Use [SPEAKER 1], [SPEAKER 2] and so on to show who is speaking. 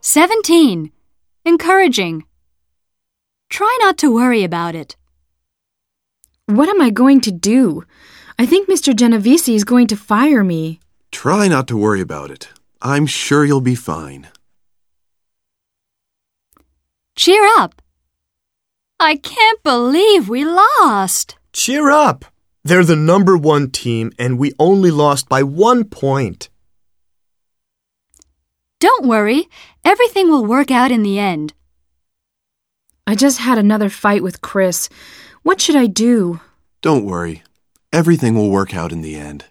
[SPEAKER 1] 17. Encouraging. Try not to worry about it.
[SPEAKER 2] What am I going to do? I think Mr. Genovese is going to fire me.
[SPEAKER 3] Try not to worry about it. I'm sure you'll be fine.
[SPEAKER 1] Cheer up. I can't believe we lost.
[SPEAKER 4] Cheer up! They're the number one team, and we only lost by one point.
[SPEAKER 1] Don't worry, everything will work out in the end.
[SPEAKER 2] I just had another fight with Chris. What should I do?
[SPEAKER 3] Don't worry. Everything will work out in the end.